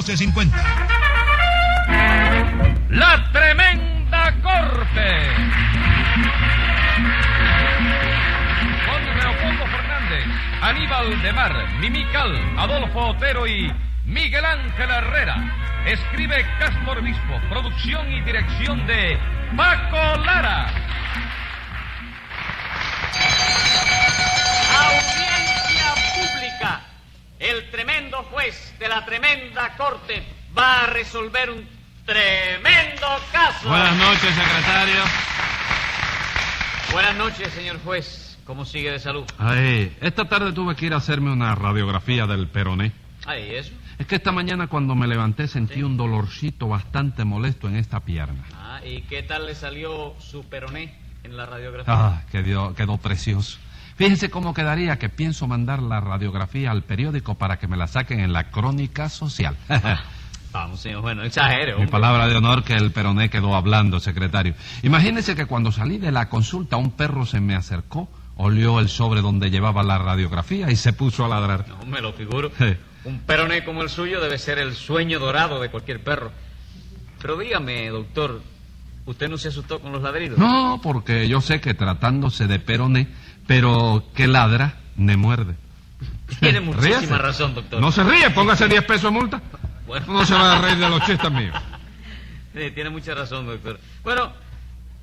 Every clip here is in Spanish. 12.50. La tremenda corte. Con Leopoldo Fernández, Aníbal de Mar, Mimical, Adolfo Otero y Miguel Ángel Herrera. Escribe Castro Bispo, producción y dirección de Paco Lara. Audiencia pública. El tremendo juez de la tremenda corte va a resolver un tremendo caso. Buenas noches, secretario. Buenas noches, señor juez. ¿Cómo sigue de salud? Ay, esta tarde tuve que ir a hacerme una radiografía del peroné. Ahí, eso. Es que esta mañana cuando me levanté sentí un dolorcito bastante molesto en esta pierna. Ah, ¿y qué tal le salió su peroné en la radiografía? Ah, quedó, quedó precioso. Fíjese cómo quedaría que pienso mandar la radiografía al periódico para que me la saquen en la crónica social. Vamos, Ah, señor, bueno, exagere, Mi hombre. palabra de honor que el peroné quedó hablando, secretario. Imagínese que cuando salí de la consulta un perro se me acercó, olió el sobre donde llevaba la radiografía y se puso a ladrar. No me lo figuro. Sí. Un peroné como el suyo debe ser el sueño dorado de cualquier perro. Pero dígame, doctor, ¿usted no se asustó con los ladridos? No, porque yo sé que tratándose de peroné, pero que ladra, ne muerde. Tiene muchísima Ríase. razón, doctor. No se ríe, póngase 10 pesos de multa. Bueno. No se va a reír de los chistes míos. Sí, tiene mucha razón, doctor. Bueno,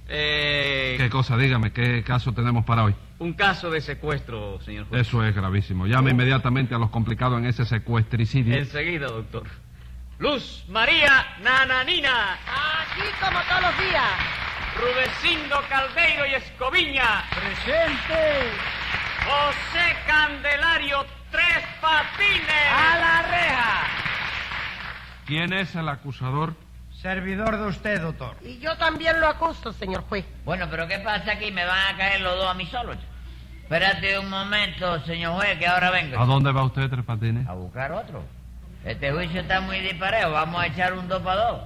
eh, ¿Qué cosa? Dígame, ¿qué caso tenemos para hoy? un caso de secuestro, señor juez. Eso es gravísimo. Llame inmediatamente a los complicados en ese secuestricidio. Enseguida, doctor. Luz María Nananina, Aquí como todos los días. Rubecindo Caldeiro y Escoviña, Presente. José Candelario Tres Patines. A la reja. ¿Quién es el acusador? Servidor de usted, doctor. Y yo también lo acuso, señor juez. Bueno, pero ¿qué pasa aquí? ¿Me van a caer los dos a mí solo? chico? Espérate un momento, señor juez, que ahora vengo. ¿A dónde va usted, Tres Patines? A buscar otro. Este juicio está muy disparejo. Vamos a echar un dos para dos.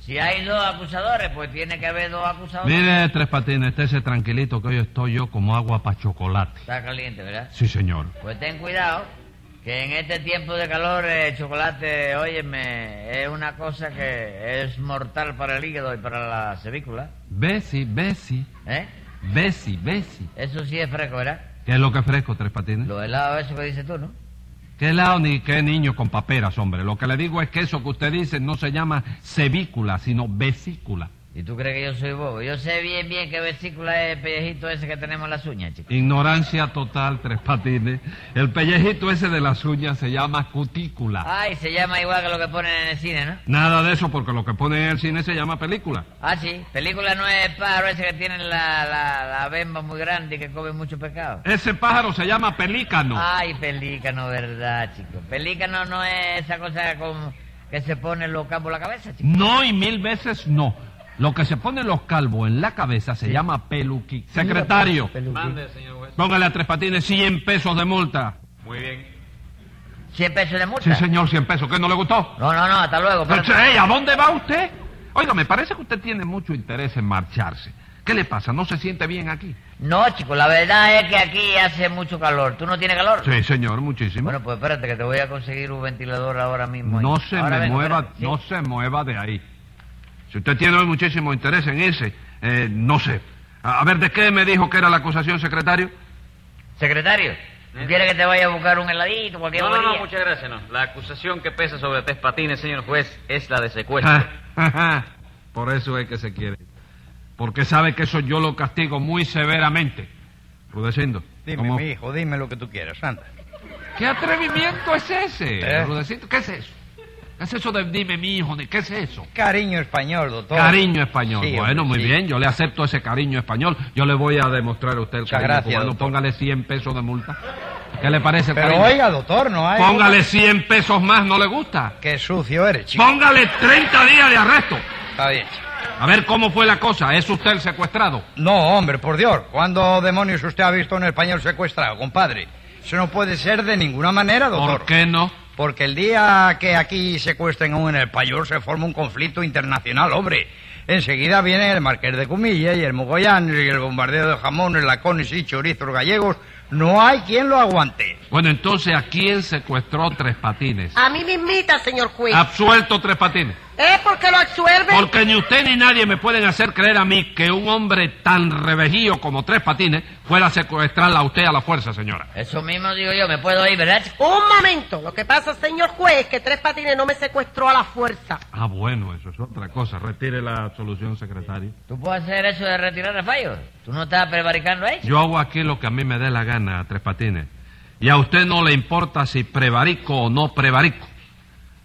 Si hay dos acusadores, pues tiene que haber dos acusadores. Mire, Tres Patines, estése tranquilito que hoy estoy yo como agua para chocolate. Está caliente, ¿verdad? Sí, señor. Pues ten cuidado, que en este tiempo de calor el chocolate, óyeme, es una cosa que es mortal para el hígado y para la cervícula. Bessie, Bessie, ¿Eh? Bessie, Bessie. Eso sí es fresco, ¿verdad? ¿Qué es lo que fresco, Tres Patines? Lo helado eso que dices tú, ¿no? ¿Qué helado ni qué niño con paperas, hombre? Lo que le digo es que eso que usted dice no se llama cevícula, sino vesícula. ¿Y tú crees que yo soy bobo? Yo sé bien, bien qué vesícula es el pellejito ese que tenemos en las uñas, chico. Ignorancia total, Tres Patines. El pellejito ese de las uñas se llama cutícula. Ay, se llama igual que lo que ponen en el cine, ¿no? Nada de eso, porque lo que pone en el cine se llama película. Ah, sí. Película no es el pájaro ese que tiene la, la, la bemba muy grande y que come mucho pescado. Ese pájaro se llama pelícano. Ay, pelícano, ¿verdad, chico? Pelícano no es esa cosa con, que se pone en los campos la cabeza, chico. No y mil veces no. Lo que se ponen los calvos en la cabeza se llama peluquín. Secretario, Mande, señor juez. póngale a Tres Patines 100 pesos de multa. Muy bien. ¿Cien pesos de multa? Sí, señor, 100 pesos. ¿Qué no le gustó? No, no, no, hasta luego. Pero, espérate. che, ¿A dónde va usted? Oiga, me parece que usted tiene mucho interés en marcharse. ¿Qué le pasa? ¿No se siente bien aquí? No, chico, la verdad es que aquí hace mucho calor. ¿Tú no tienes calor? Sí, señor, muchísimo. Bueno, pues espérate que te voy a conseguir un ventilador ahora mismo. no Ahí. se Ahora me vengo, mueva, espérate, sí. no se mueva de ahí. Si usted tiene hoy muchísimo interés en ese, eh, no sé. A, a ver, ¿de qué me dijo que era la acusación, secretario? Secretario, ¿tú ¿quieres que te vaya a buscar un heladito, cualquier No, no, no, bobería? muchas gracias, no. La acusación que pesa sobre tres patines, señor juez, es la de secuestro. Ah, ajá. Por eso es que se quiere. Porque sabe que eso yo lo castigo muy severamente. Rudecindo. Dime, ¿cómo- mi hijo, dime lo que tú quieras, anda. ¿Qué atrevimiento es ese? ¿Eh? Rudecindo, ¿qué es eso? ¿Qué es eso de dime, mi hijo? ni ¿Qué es eso? Cariño español, doctor. Cariño español. Sí, bueno, hombre, muy sí. bien, yo le acepto ese cariño español. Yo le voy a demostrar a usted el Muchas cariño gracias, cubano. doctor. Póngale 100 pesos de multa. ¿Qué le parece, Pero cariño? oiga, doctor, no hay... Póngale 100 pesos más, ¿no le gusta? Qué sucio eres, chico. Póngale 30 días de arresto. Está bien, chico. A ver cómo fue la cosa. ¿Es usted el secuestrado? No, hombre, por Dios. ¿Cuándo demonios usted ha visto a un español secuestrado, compadre? Eso no puede ser de ninguna manera, doctor. ¿Por qué no? Porque el día que aquí secuestren a un español se forma un conflicto internacional, hombre. Enseguida viene el marqués de Cumilla y el Mogollán y el bombardeo de jamones, lacones y chorizos gallegos No hay quien lo aguante. Bueno, entonces, ¿a quién secuestró Tres Patines? A mí mismita, señor juez. Ah. Absuelto Tres Patines. ¿Es porque lo absuelve? Porque ni usted ni nadie me pueden hacer creer a mí que un hombre tan revejío como Tres Patines fuera a secuestrarla a usted a la fuerza, señora. Eso mismo digo yo, me puedo ir, ¿verdad? chico? Un momento. Lo que pasa, señor juez, es que Tres Patines no me secuestró a la fuerza. Ah, bueno, eso es otra cosa. Retire la absolución, secretario. ¿Tú puedes hacer eso de retirar a fallo? ¿Tú no estás prevaricando ahí? Yo hago aquí lo que a mí me dé la gana, a Tres Patines. Y a usted no le importa si prevarico o no prevarico.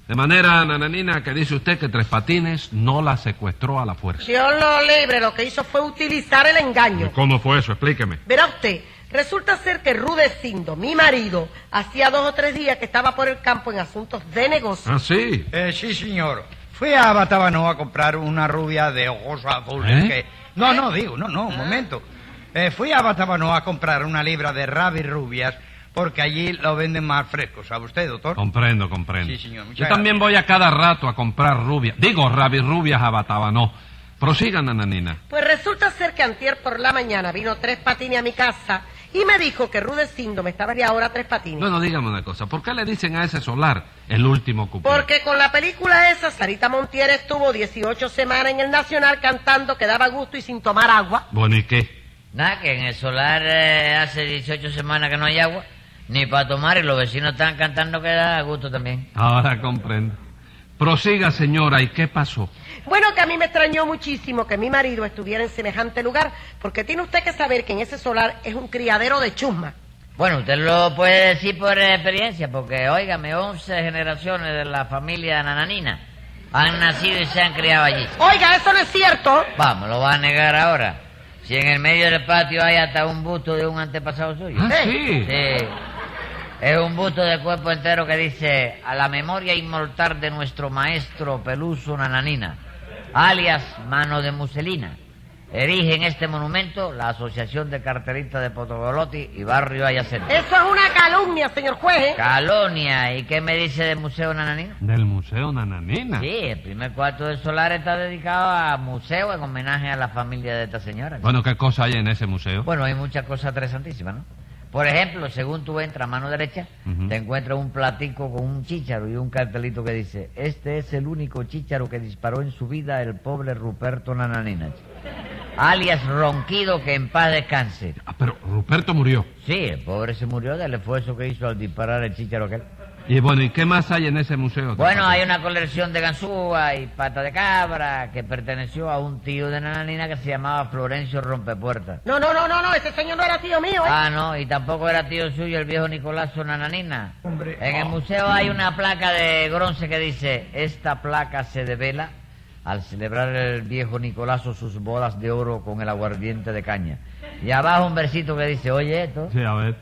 De manera, nananina, que dice usted que Tres Patines no la secuestró a la fuerza. Dios lo libre, lo que hizo fue utilizar el engaño. ¿Cómo fue eso? Explíqueme. Verá usted, resulta ser que Rudecindo, mi marido, hacía dos o tres días que estaba por el campo en asuntos de negocio. Ah, sí. Eh, sí, señor. Fui a Batabanó a comprar una rubia de ojos azules. ¿Eh? que- No, no, digo, no, no, un momento. Eh, fui a Batabanó a comprar una libra de rabis rubias porque allí lo venden más fresco. ¿Sabe usted, doctor? Comprendo, comprendo. Sí, señor, muchas Yo también voy a cada rato a comprar rubias. Digo, rabi rubias a Batabanó. Prosigan, nananina. Pues resulta ser que antier por la mañana vino Tres Patines a mi casa y me dijo que Rudecindo me estaba ya ahora Tres Patines. Bueno, dígame una cosa. ¿Por qué le dicen a ese solar el último cupón? Porque con la película esa, Sarita Montiel estuvo 18 semanas en el Nacional cantando que daba gusto y sin tomar agua. Bueno, ¿y qué? Nada, que en el solar eh, hace 18 semanas que no hay agua, ni para tomar, y los vecinos están cantando que da gusto también. Ahora comprendo. Prosiga, señora, ¿y qué pasó? Bueno, que a mí me extrañó muchísimo que mi marido estuviera en semejante lugar, porque tiene usted que saber que en ese solar es un criadero de chusma. Bueno, usted lo puede decir por eh, experiencia, porque, óigame, 11 generaciones de la familia Nananina han nacido y se han criado allí. Oiga, eso no es cierto. Vamos, lo va a negar ahora. Si en el medio del patio hay hasta un busto de un antepasado suyo. Ah, sí. Sí. Es un busto de cuerpo entero que dice a la memoria inmortal de nuestro maestro Peluso Nananina, alias Mano de Muselina. Erige en este monumento la Asociación de Carteristas de Potogolotti y Barrio Ayacente. Eso es una calumnia, señor juez. ¿eh? Calonia, ¿y qué me dice del Museo Nananina? Del Museo Nananina. Sí, el primer cuarto del solar está dedicado a museo en homenaje a la familia de esta señora. Bueno, ¿qué cosa hay en ese museo? Bueno, hay muchas cosas interesantísimas, ¿no? Por ejemplo, según tú entras a mano derecha, Ujú. te encuentras un platico con un chícharo y un cartelito que dice, este es el único chícharo que disparó en su vida el pobre Ruperto Nananina, alias Ronquido, que en paz descanse. Ah, pero Ruperto murió. Sí, el pobre se murió del esfuerzo que hizo al disparar el chícharo aquel. Y bueno, ¿y qué más hay en ese museo? Bueno, hay una colección de ganzúa y pata de cabra que perteneció a un tío de Nananina que se llamaba Florencio Rompepuertas. No, no, no, no, no, ese señor no era tío mío. ¿eh? Ah, no, y tampoco era tío suyo el viejo Nicolás Nananina. en el museo hay una placa de bronce que dice, esta placa se devela al celebrar el viejo Nicolaso sus bodas de oro con el aguardiente de caña. Y abajo un versito que dice, oye esto, Sí, a ver.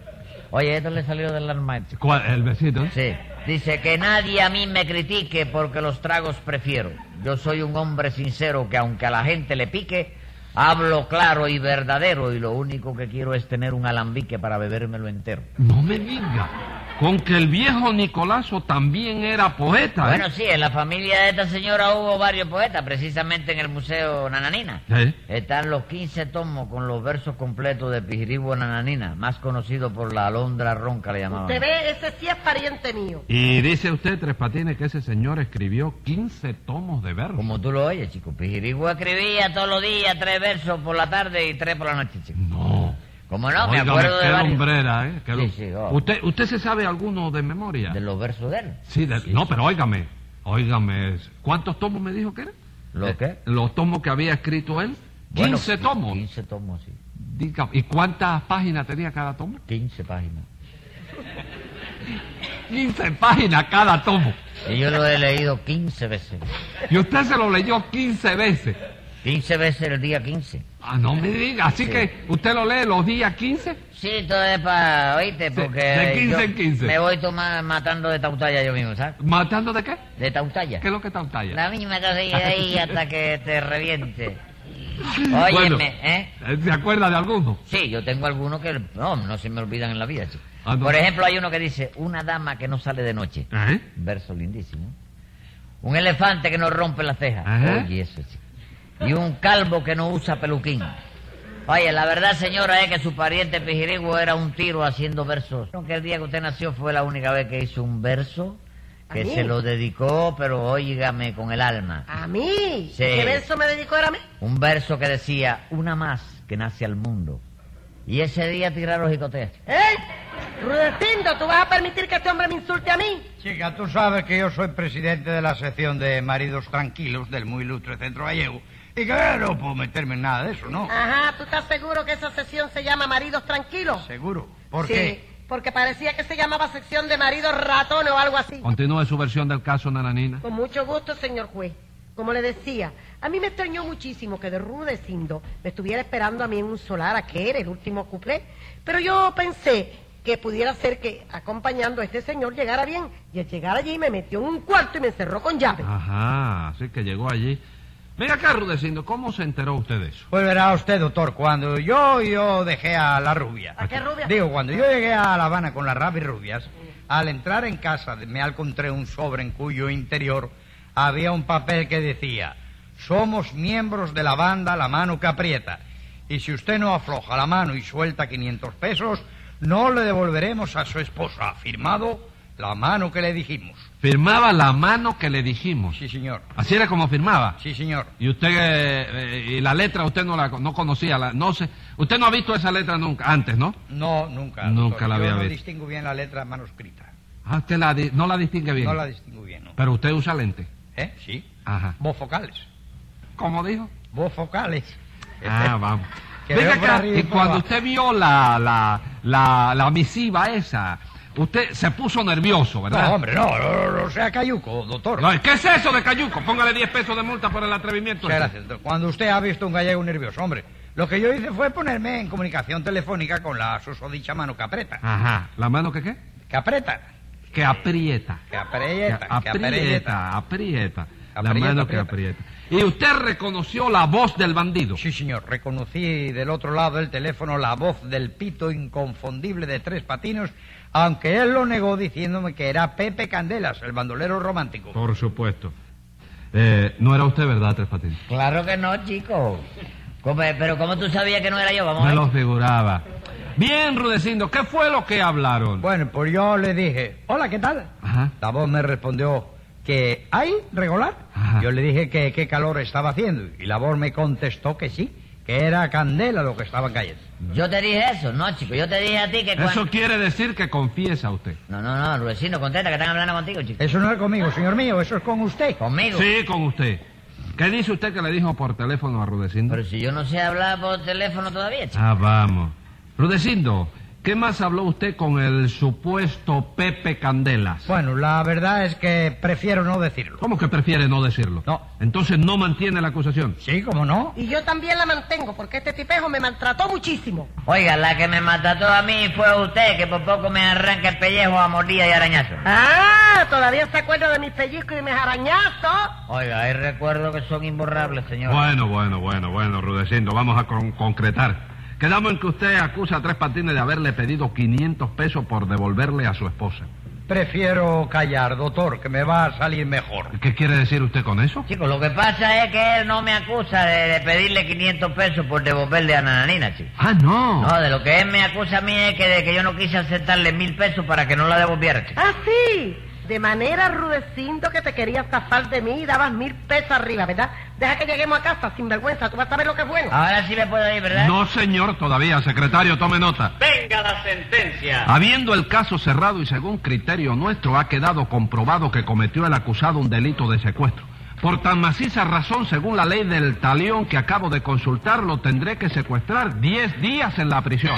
oye esto le salió del armario. ¿Cuál, ¿El vecino? ¿eh? Sí, dice que nadie a mí me critique porque los tragos prefiero. Yo soy un hombre sincero que aunque a la gente le pique, hablo claro y verdadero y lo único que quiero es tener un alambique para bebérmelo entero. No me diga. Con que el viejo Nicolaso también era poeta. ¿eh? Bueno, sí, en la familia de esta señora hubo varios poetas, precisamente en el Museo Nananina. ¿Eh? Están los 15 tomos con los versos completos de Pijiribo Nananina, más conocido por la alondra ronca, le llamaban. Usted ve, ese sí es pariente mío. Y dice usted, Tres Patines, que ese señor escribió 15 tomos de verso. Como tú lo oyes, chico. Pijirigua escribía todos los días tres versos por la tarde y tres por la noche, chico. No. Como no, me Óigame, acuerdo qué de varios. lumbrera, ¿eh? Qué Sí, lum- sí, oh. ¿Usted, ¿Usted se sabe alguno de memoria? De los versos de él. Sí, de- no, pero óigame. Óigame. ¿Cuántos tomos me dijo que eran? ¿Lo Eh, qué? Los tomos que había escrito él. 15 Bueno, tomos. 15 tomos, sí. Diga, ¿Y cuántas páginas tenía cada tomo? 15 páginas. 15 páginas cada tomo. Y yo lo he leído 15 veces. Y usted se lo leyó 15 veces. 15 veces el día 15. Ah, no me diga. Así que usted lo lee los días 15. Sí, todo es para... Oíste, porque... de 15 yo en 15. Me voy toma- matando de tautalla yo mismo, ¿sabes? ¿Matando de qué? De tautalla. ¿Qué es lo que está usted allá? La misma cosa y de ahí hasta que te reviente. Óyeme, Bueno, ¿eh? ¿Se acuerda de alguno? Sí, yo tengo algunos que no, no se me olvidan en la vida. chico. Ah, no. Por ejemplo, hay uno que dice, una dama que no sale de noche. ¿Eh? Verso lindísimo. Un elefante que no rompe las cejas. Ajá. Oye, eso, chico. Y un calvo que no usa peluquín. Oye, la verdad, señora, es que su pariente Pijirigua era un tiro haciendo versos. Aunque el día que usted nació fue la única vez que hizo un verso, ¿A que mí? se lo dedicó, pero óigame con el alma. ¿A mí? Sí. ¿Qué verso me dedicó era a mí? Un verso que decía, una más que nace al mundo. Y ese día tiraron jicoteas. ¿Eh? Rudecindo, ¿tú vas a permitir que este hombre me insulte a mí? Chica, tú sabes que yo soy presidente de la sección de maridos tranquilos del muy ilustre Centro Gallego. Y que eh, no puedo meterme en nada de eso, ¿no? Ajá, ¿tú estás seguro que esa sesión se llama Maridos Tranquilos? Seguro. ¿Por Sí, qué? porque parecía que se llamaba sección de maridos ratones o algo así. Continúe su versión del caso, Nananina. Con mucho gusto, señor juez. Como le decía, a mí me extrañó muchísimo que de Rudecindo me estuviera esperando a mí en un solar, a que era el último cuplé. Pero yo pensé que pudiera ser que acompañando a este señor llegara bien. Y al llegar allí me metió en un cuarto y me encerró con llave. Ah, Ajá, así que llegó allí. Venga acá, Rudecindo, ¿cómo se enteró usted de eso? Pues verá usted, doctor, cuando yo, yo dejé a la rubia. ¿A qué rubia? Digo, cuando yo llegué a La Habana con las Rabi Rubias, al entrar en casa me encontré un sobre en cuyo interior había un papel que decía, somos miembros de la banda La Mano que aprieta, y si usted no afloja la mano y suelta 500 pesos, no le devolveremos a su esposa, firmado La Mano que le dijimos. Firmaba la mano que le dijimos. Sí, señor. Así era como firmaba. Sí, señor. Y usted, eh, eh, y la letra usted no la no conocía, la- no sé. Usted no ha visto esa letra nunca, antes, ¿no? No, nunca. Nunca doctor. la Yo había no visto. distingo bien la letra manuscrita. Ah, usted la di- no la distingue bien. Ah. No la distingo bien, ¿no? Pero usted usa lente. ¿Eh? Sí. Ajá. Voz focales. ¿Cómo dijo? Voz focales. Ah, vamos. Que Venga veo por acá, arriba y y por cuando abajo. usted vio la, la, la, la misiva esa, usted se puso nervioso, ¿verdad? No, hombre, no, no, no, no sea cayuco, doctor. No, ¿Qué es eso de Cayuco? Póngale 10 pesos de multa por el atrevimiento. Este. Muchas gracias, doctor. Cuando usted ha visto un gallego nervioso, hombre, lo que yo hice fue ponerme en comunicación telefónica con la susodicha mano capreta. Ajá. ¿La mano que qué? Capreta. Que aprieta. Capreta. Que aprieta, aprieta. La Aprieta, mano que aprieta. aprieta. Y usted reconoció la voz del bandido. Sí, señor, reconocí del otro lado del teléfono la voz del pito inconfundible de Tres Patinos, aunque él lo negó diciéndome que era Pepe Candelas, el bandolero romántico. Por supuesto. Eh, no era usted, ¿verdad, Tres Patines? Claro que no, chico. ¿Cómo- pero ¿cómo tú sabías que no eh. era yo? Vamos a Me ver. lo figuraba. Bien, Rudecindo, ¿qué fue lo que hablaron? Bueno, pues yo le dije, hola, ¿qué tal? Ajá. La voz me respondió que hay regular. Ajá. Yo le dije que qué calor estaba haciendo y la voz me contestó que sí, que era candela lo que estaba cayendo. Yo te dije eso, no, chico. Yo te dije a ti que cuando... Eso quiere decir que confiesa usted. No, no, no, Rudecindo, contenta que están hablando contigo, chico. Eso no es conmigo, señor mío, eso es con usted. Conmigo. Sí, con usted. ¿Qué dice usted que le dijo por teléfono a Rudecindo? Pero si yo no sé hablar por teléfono todavía, chico. Ah, vamos. Rudecindo, ¿qué más habló usted con el supuesto Pepe Candelas? Bueno, la verdad es que prefiero no decirlo. ¿Cómo que prefiere no decirlo? No. Entonces no mantiene la acusación. Sí, ¿cómo no? Y yo también la mantengo, porque este tipejo me maltrató muchísimo. Oiga, la que me mató a mí fue usted, que por poco me arranca el pellejo a mordida y arañazo. Ah, todavía se acuerda de mis pellizcos y de mis arañazos. Oiga, hay recuerdos que son imborrables, señor. Bueno, bueno, bueno, bueno, Rudecindo, vamos a con- concretar. Quedamos en que usted acusa a Tres Patines de haberle pedido 500 pesos por devolverle a su esposa. Prefiero callar, doctor, que me va a salir mejor. ¿Qué quiere decir usted con eso? Chico, lo que pasa es que él no me acusa de, de pedirle 500 pesos por devolverle a Nananina, chico. Ah, no. No, de lo que él me acusa a mí es que de que yo no quise aceptarle mil pesos para que no la devolviera, chico. Ah, sí. De manera rudecindo que te querías zafar de mí y dabas mil pesos arriba, ¿verdad? Deja que lleguemos a casa, sin vergüenza, tú vas a ver lo que es bueno. Ahora sí me puedo ir, ¿verdad? No, señor, todavía. Secretario, tome nota. Venga la sentencia. Habiendo el caso cerrado y según criterio nuestro ha quedado comprobado que cometió el acusado un delito de secuestro. Por tan maciza razón, según la ley del talión que acabo de consultar, lo tendré que secuestrar 10 días en la prisión.